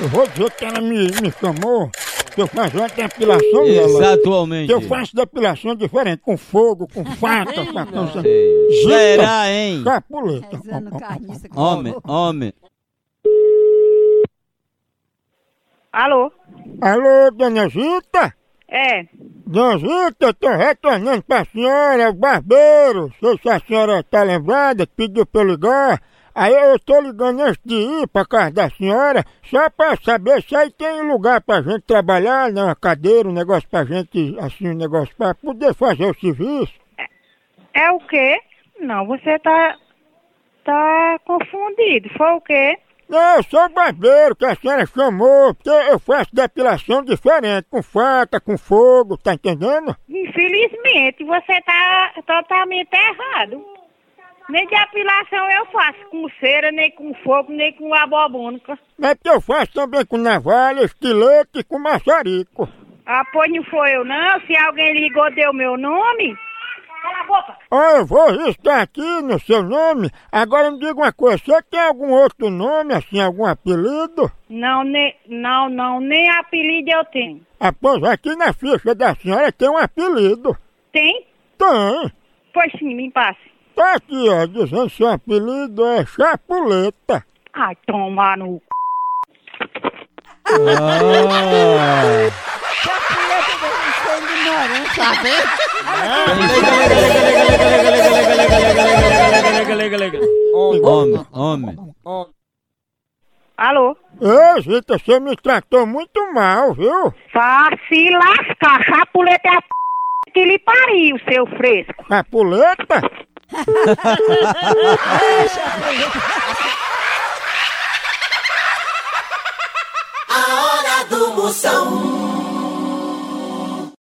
não vou dizer que ela me, me chamou, que eu faço uma depilação dela. Que Exatamente. eu faço depilação diferente, com fogo, com faca, com a Sei. Giba. Será, hein? capuleta. Rezando carniça com Homem, fogo. homem. Alô? Alô, dona Zita? É, Dona Zita, eu tô retornando pra senhora, o barbeiro. Não sei se a senhora tá lembrada, que pediu pra eu ligar. Aí eu tô ligando antes de ir pra casa da senhora, só pra saber se aí tem lugar pra gente trabalhar, né? Uma cadeira, um negócio pra gente, assim, um negócio pra poder fazer o serviço. é o quê? Não, você tá tá confundido. Foi o quê? Não, eu sou um barbeiro que a senhora chamou, porque eu faço depilação diferente, com faca, com fogo, tá entendendo? Infelizmente, você tá totalmente errado. Nem de apilação eu faço com cera, nem com fogo, nem com abobônica. Mas é porque eu faço também com navalha, estilete e com maçarico. Ah, pois não foi eu não. Se alguém ligou, deu meu nome. Cala a boca. Ah, eu vou registrar aqui no seu nome. Agora me diga uma coisa, você tem algum outro nome, assim, algum apelido? Não, nem, não, não, nem apelido eu tenho. Após Ah, aqui na ficha da senhora tem um apelido. Tem? Tem. Pois sim, me passe. Tá aqui, ó, dizendo que seu apelido é Chapuleta. Ai, toma no c... Ah. Homem, homem. Alô? Ei, Zita, você me tratou muito mal, viu? Vá se lascar, chapuleta é a p... que lhe pariu, seu fresco. Chapuleta? A hora do Moção.